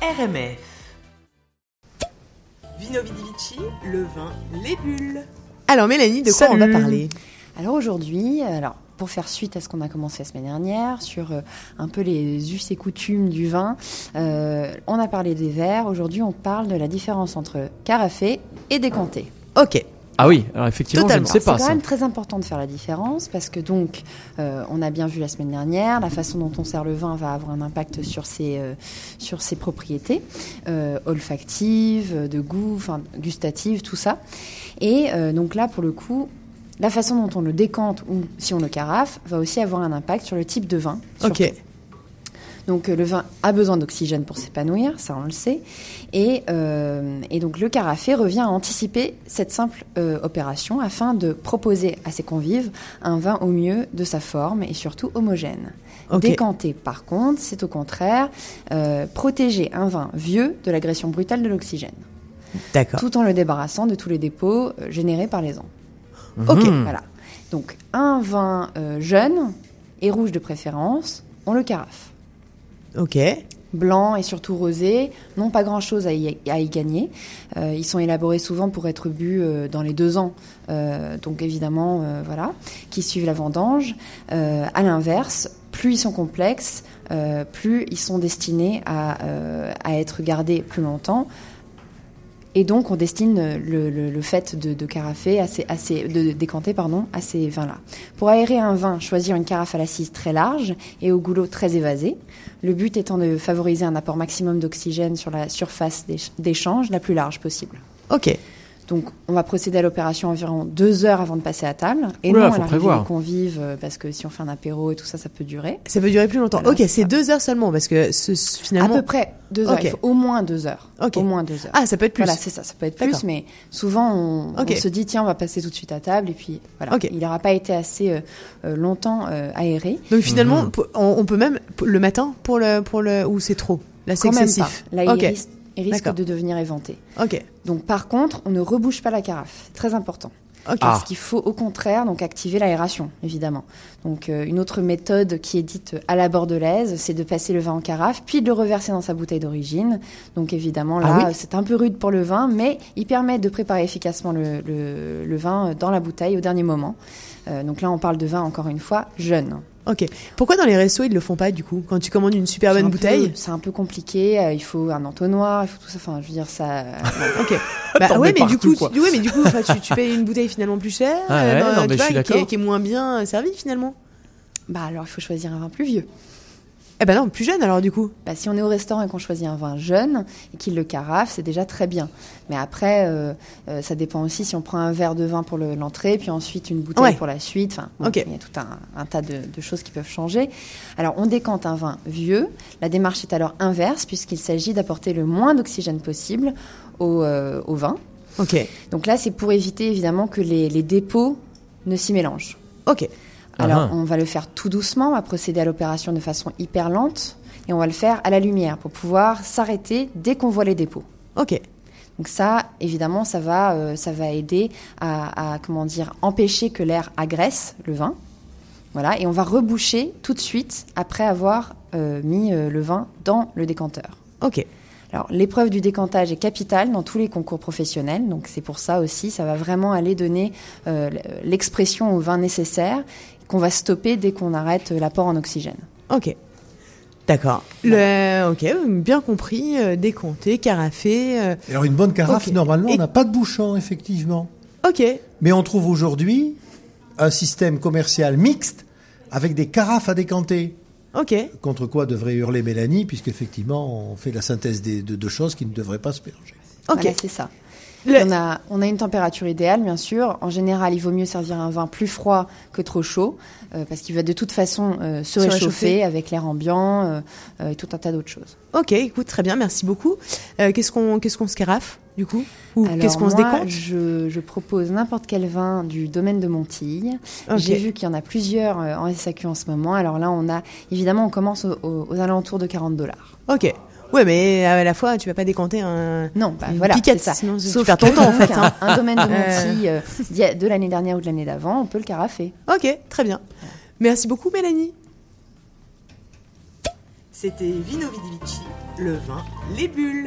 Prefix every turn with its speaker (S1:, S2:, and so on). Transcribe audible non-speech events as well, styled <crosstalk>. S1: RMF. Vino Vidivici, le vin, les bulles. Alors Mélanie, de quoi
S2: Salut.
S1: on va parler
S3: Alors aujourd'hui, alors pour faire suite à ce qu'on a commencé la semaine dernière sur euh, un peu les us et coutumes du vin, euh, on a parlé des verres. Aujourd'hui, on parle de la différence entre carafé et décanté.
S1: Ok,
S4: Ah oui, alors effectivement,
S1: Totalement.
S4: je ne sais
S3: C'est
S4: pas
S3: quand
S4: ça.
S3: même très important de faire la différence parce que donc euh, on a bien vu la semaine dernière la façon dont on sert le vin va avoir un impact sur ses euh, sur ses propriétés euh, olfactives, euh, de goût, enfin gustatives, tout ça. Et euh, donc là pour le coup, la façon dont on le décante ou si on le carafe va aussi avoir un impact sur le type de vin. surtout.
S1: ok.
S3: Donc euh, le vin a besoin d'oxygène pour s'épanouir, ça on le sait. Et, euh, et donc le carafé revient à anticiper cette simple euh, opération afin de proposer à ses convives un vin au mieux de sa forme et surtout homogène.
S1: Ok.
S3: Décanté par contre, c'est au contraire euh, protéger un vin vieux de l'agression brutale de l'oxygène,
S1: D'accord.
S3: tout en le débarrassant de tous les dépôts euh, générés par les ans.
S1: Ok.
S3: Voilà. Donc un vin euh, jeune et rouge de préférence, on le carafe
S1: Ok.
S3: blancs et surtout rosés, n'ont pas grand-chose à y, à y gagner. Euh, ils sont élaborés souvent pour être bu euh, dans les deux ans, euh, donc évidemment, euh, voilà, qui suivent la vendange. Euh, à l'inverse, plus ils sont complexes, euh, plus ils sont destinés à, euh, à être gardés plus longtemps. Et donc, on destine le, le- le fait de, de carafer, à ces, à ces- de décanter, pardon, à ces vins-là. Pour aérer un vin, choisir une carafe à l'assise très large et au goulot très évasé. Le but étant de favoriser un apport maximum d'oxygène sur la surface d'éch- d'échange la plus large possible.
S1: Ok.
S3: Donc, on va procéder à l'opération environ deux heures avant de passer à table. Et
S4: Oula,
S3: non
S4: faut
S3: à l'arrivée
S4: prévoir.
S3: des convives, euh, parce que si on fait un apéro et tout ça, ça peut durer.
S1: Ça peut durer plus longtemps.
S3: Voilà,
S1: ok,
S3: c'est
S1: c'est
S3: ça.
S1: deux heures seulement parce que ce, ce-
S3: À
S1: finalement.
S3: peu près deux heures.
S1: Ok.
S3: Il faut au moins deux heures.
S1: Ok.
S3: Au moins deux heures.
S1: Ah, ça peut être plus.
S3: Voilà, c'est ça. Ça peut être
S1: D'accord.
S3: plus, mais souvent on,
S1: Ok.
S3: on se dit tiens, on va passer tout de suite à table et puis voilà.
S1: Ok.
S3: Il n'aura pas été assez euh, euh, longtemps euh, aéré.
S1: Donc finalement, pour- on, on peut même pour- le matin pour le pour le ou c'est trop. Là, c'est
S3: Quand même pas.
S1: excessif.
S3: Là, il
S1: ok.
S3: risque, il risque
S1: D'accord.
S3: de devenir éventé.
S1: Ok.
S3: Donc par contre, on ne rebouche pas la carafe. C'est Très important.
S1: Ok.
S4: Ah.
S3: Parce qu'il faut au contraire donc activer l'aération, évidemment. Donc euh, une autre méthode qui est dite euh, à la bordelaise, c'est de passer le vin en carafe, puis de le reverser dans sa bouteille d'origine. Donc évidemment là,
S1: Ah oui.
S3: euh, c'est un peu rude pour le vin, mais il permet de préparer efficacement le, le- le vin euh, dans la bouteille au dernier moment. Euh, donc là, on parle de vin encore une fois jeune.
S1: Ok. Pourquoi dans les restos ils le font pas du coup Quand tu commandes une super
S3: C'est un
S1: bonne
S3: peu-
S1: bouteille.
S3: C'est un peu compliqué. euh, il faut un entonnoir, il faut tout ça. Enfin, je veux dire ça. euh,
S1: <laughs> Ok. Bah
S4: T'en
S1: ouais,
S4: mets
S1: mais du
S4: partout,
S1: coup,
S4: quoi.
S1: tu, ouais, mais du coup, enfin, tu, tu payes une bouteille finalement plus chère, euh,
S4: Ah ouais, non, mais
S1: tu
S4: je suis
S1: vois, qui, est,
S4: d'accord.
S1: qui est moins bien euh, servie finalement.
S3: bah alors, il faut choisir un vin plus vieux.
S1: Eh ben non, plus jeune alors du coup.
S3: Bah, si on est au restaurant et qu'on choisit un vin jeune et qu'il le carafe, c'est déjà très bien. Mais après, euh, euh, ça dépend aussi si on prend un verre de vin pour le- l'entrée, puis ensuite une bouteille
S1: Ouais.
S3: pour la suite. Enfin, bon,
S1: Ok.
S3: Il y a tout un, un tas de, de choses qui peuvent changer. Alors, on décante un vin vieux. La démarche est alors inverse, puisqu'il s'agit d'apporter le moins d'oxygène possible au, euh, au vin.
S1: Ok.
S3: Donc là, c'est pour éviter évidemment que les- les dépôts ne s'y mélangent.
S1: Ok.
S3: Alors,
S4: Ah.
S3: on va le faire tout doucement, on va procéder à l'opération de façon hyper lente et on va le faire à la lumière pour pouvoir s'arrêter dès qu'on voit les dépôts.
S1: Ok.
S3: Donc ça, évidemment, ça va, euh, ça va aider à, à, comment dire, empêcher que l'air agresse le vin. Voilà, et on va reboucher tout de suite après avoir euh, mis euh, le vin dans le décanteur.
S1: Ok.
S3: Alors, l'épreuve du décantage est capitale dans tous les concours professionnels, donc c'est pour ça aussi, ça va vraiment aller donner euh, l'expression au vin nécessaire qu'on va stopper dès qu'on arrête euh, l'apport en oxygène.
S1: Ok. D'accord. Le... Ok, bien compris, euh, décompté, carafé. euh,
S5: Alors une bonne carafe,
S1: Ok.
S5: normalement,
S1: Et-
S5: on n'a pas de bouchon, effectivement.
S1: Ok.
S5: Mais on trouve aujourd'hui un système commercial mixte avec des carafes à décanter.
S1: Ok.
S5: Contre quoi devrait hurler Mélanie, puisqu'effectivement, on fait la synthèse des- de deux choses qui ne devraient pas se mélanger.
S1: Ok.
S3: Voilà, c'est ça.
S1: Le-
S3: On, a, on a une température idéale, bien sûr. En général, il vaut mieux servir un vin plus froid que trop chaud, euh, parce qu'il va de toute façon euh,
S1: Se
S3: se, réchauffer,
S1: réchauffer.
S3: avec l'air ambiant euh, euh, et tout un tas d'autres choses.
S1: Ok, écoute, très bien, merci beaucoup. Euh, qu'est-ce qu'on qu'est-ce qu'on se carafe, du coup Ou
S3: Alors,
S1: qu'est-ce qu'on se
S3: moi,
S1: décompte
S3: je, je propose n'importe quel vin du domaine de Montille.
S1: Ok.
S3: J'ai vu qu'il y en a plusieurs euh, en SAQ en ce moment. Alors là, on a évidemment, on commence au- au- aux alentours de 40 dollars.
S1: Ok. Ouais, mais à la fois, tu vas pas décanter un.
S3: Non, bah,
S1: Une
S3: voilà,
S1: piquette,
S3: c'est ça.
S1: sinon tu
S3: Sauf
S1: perds
S3: que,
S1: ton temps, en
S3: donc,
S1: fait,
S3: Un,
S1: hein.
S3: un domaine de
S1: <laughs> Euh.
S3: Montille euh, d'il y a- de l'année dernière ou de l'année d'avant, on peut le carafer.
S1: Ok, très bien. Merci beaucoup, Mélanie.
S2: C'était Vino Vidivici, le vin, les bulles.